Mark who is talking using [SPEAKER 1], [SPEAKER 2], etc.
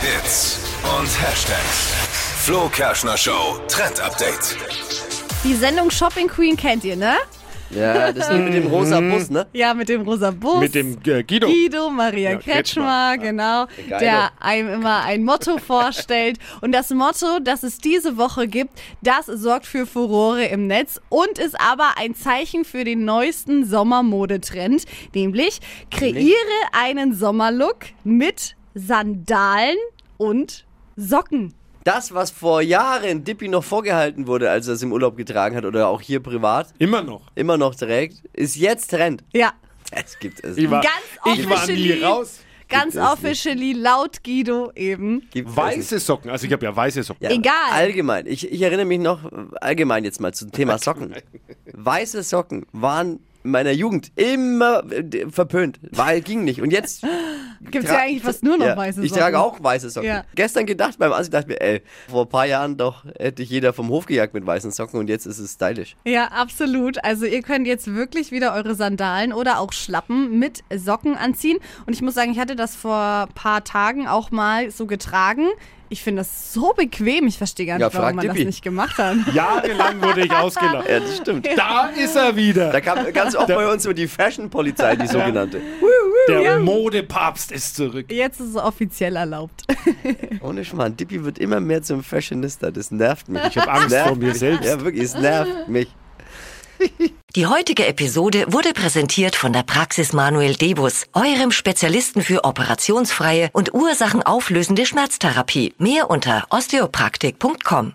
[SPEAKER 1] Hits und Hashtags. Flo Kerschner Show Trend Update.
[SPEAKER 2] Die Sendung Shopping Queen kennt ihr, ne?
[SPEAKER 3] Ja, das ist mit dem rosa Bus, ne?
[SPEAKER 2] Ja, mit dem rosa Bus.
[SPEAKER 4] Mit dem äh, Guido.
[SPEAKER 2] Guido, Maria
[SPEAKER 4] Ja,
[SPEAKER 2] Kretschmer,
[SPEAKER 4] Kretschmer,
[SPEAKER 2] genau,
[SPEAKER 3] Geilo.
[SPEAKER 2] der einem immer ein Motto vorstellt. Und das Motto, das es diese Woche gibt, das sorgt für Furore im Netz und ist aber ein Zeichen für den neuesten Sommermodetrend, nämlich kreiere einen Sommerlook mit Sandalen und Socken.
[SPEAKER 3] Das, was vor Jahren Dippy noch vorgehalten wurde, als er es im Urlaub getragen hat oder auch hier privat,
[SPEAKER 4] Immer noch.
[SPEAKER 3] immer noch trägt, ist jetzt Trend.
[SPEAKER 2] Ja,
[SPEAKER 3] Das gibt es.
[SPEAKER 4] Ich
[SPEAKER 3] nicht.
[SPEAKER 4] war,
[SPEAKER 2] Ganz
[SPEAKER 4] ich war
[SPEAKER 2] officially.
[SPEAKER 4] nie raus.
[SPEAKER 2] ganz
[SPEAKER 3] es nicht.
[SPEAKER 2] officially laut Guido eben.
[SPEAKER 3] Gibt es nicht.
[SPEAKER 4] Weiße Socken. Also ich habe ja weiße Socken.
[SPEAKER 3] Ja,
[SPEAKER 2] Egal.
[SPEAKER 3] Allgemein. Ich, ich erinnere mich noch, äh, allgemein jetzt mal zum Thema Socken. Weiße Socken waren in meiner Jugend immer äh, d- verpönt, weil ging nicht. Und jetzt
[SPEAKER 2] Gibt es
[SPEAKER 3] Tra-
[SPEAKER 2] ja eigentlich fast nur noch
[SPEAKER 3] Ja,
[SPEAKER 2] weiße
[SPEAKER 3] Ich
[SPEAKER 2] Socken.
[SPEAKER 3] trage auch weiße Socken.
[SPEAKER 2] Ja.
[SPEAKER 3] Gestern gedacht beim Anziehen, dachte ich mir, ey, vor ein paar Jahren doch hätte ich jeder vom Hof gejagt mit weißen Socken und jetzt ist es stylisch.
[SPEAKER 2] Ja, absolut. Also ihr könnt jetzt wirklich wieder eure Sandalen oder auch Schlappen mit Socken anziehen. Und ich muss sagen, ich hatte das vor paar Tagen auch mal so getragen. Ich finde das so bequem. Ich verstehe gar
[SPEAKER 3] Ja,
[SPEAKER 2] nicht, warum
[SPEAKER 3] frag
[SPEAKER 2] man das
[SPEAKER 3] Dippi.
[SPEAKER 2] nicht gemacht hat.
[SPEAKER 4] Jahrelang wurde ich ausgelacht.
[SPEAKER 3] Ja, das stimmt.
[SPEAKER 4] Da ist er wieder.
[SPEAKER 3] Da kam ganz oft bei uns so die Fashion-Polizei, die sogenannte.
[SPEAKER 4] Der Modepapst ist zurück.
[SPEAKER 2] Jetzt ist es offiziell erlaubt.
[SPEAKER 3] Ohne Schmarrn, Dippi wird immer mehr zum Fashionista, das nervt mich.
[SPEAKER 4] Ich habe Angst
[SPEAKER 3] nervt
[SPEAKER 4] vor mir
[SPEAKER 3] mich.
[SPEAKER 4] selbst.
[SPEAKER 3] Ja, wirklich, es nervt mich.
[SPEAKER 5] Die heutige Episode wurde präsentiert von der Praxis Manuel Debus, eurem Spezialisten für operationsfreie und ursachenauflösende Schmerztherapie. Mehr unter osteopraktik.com.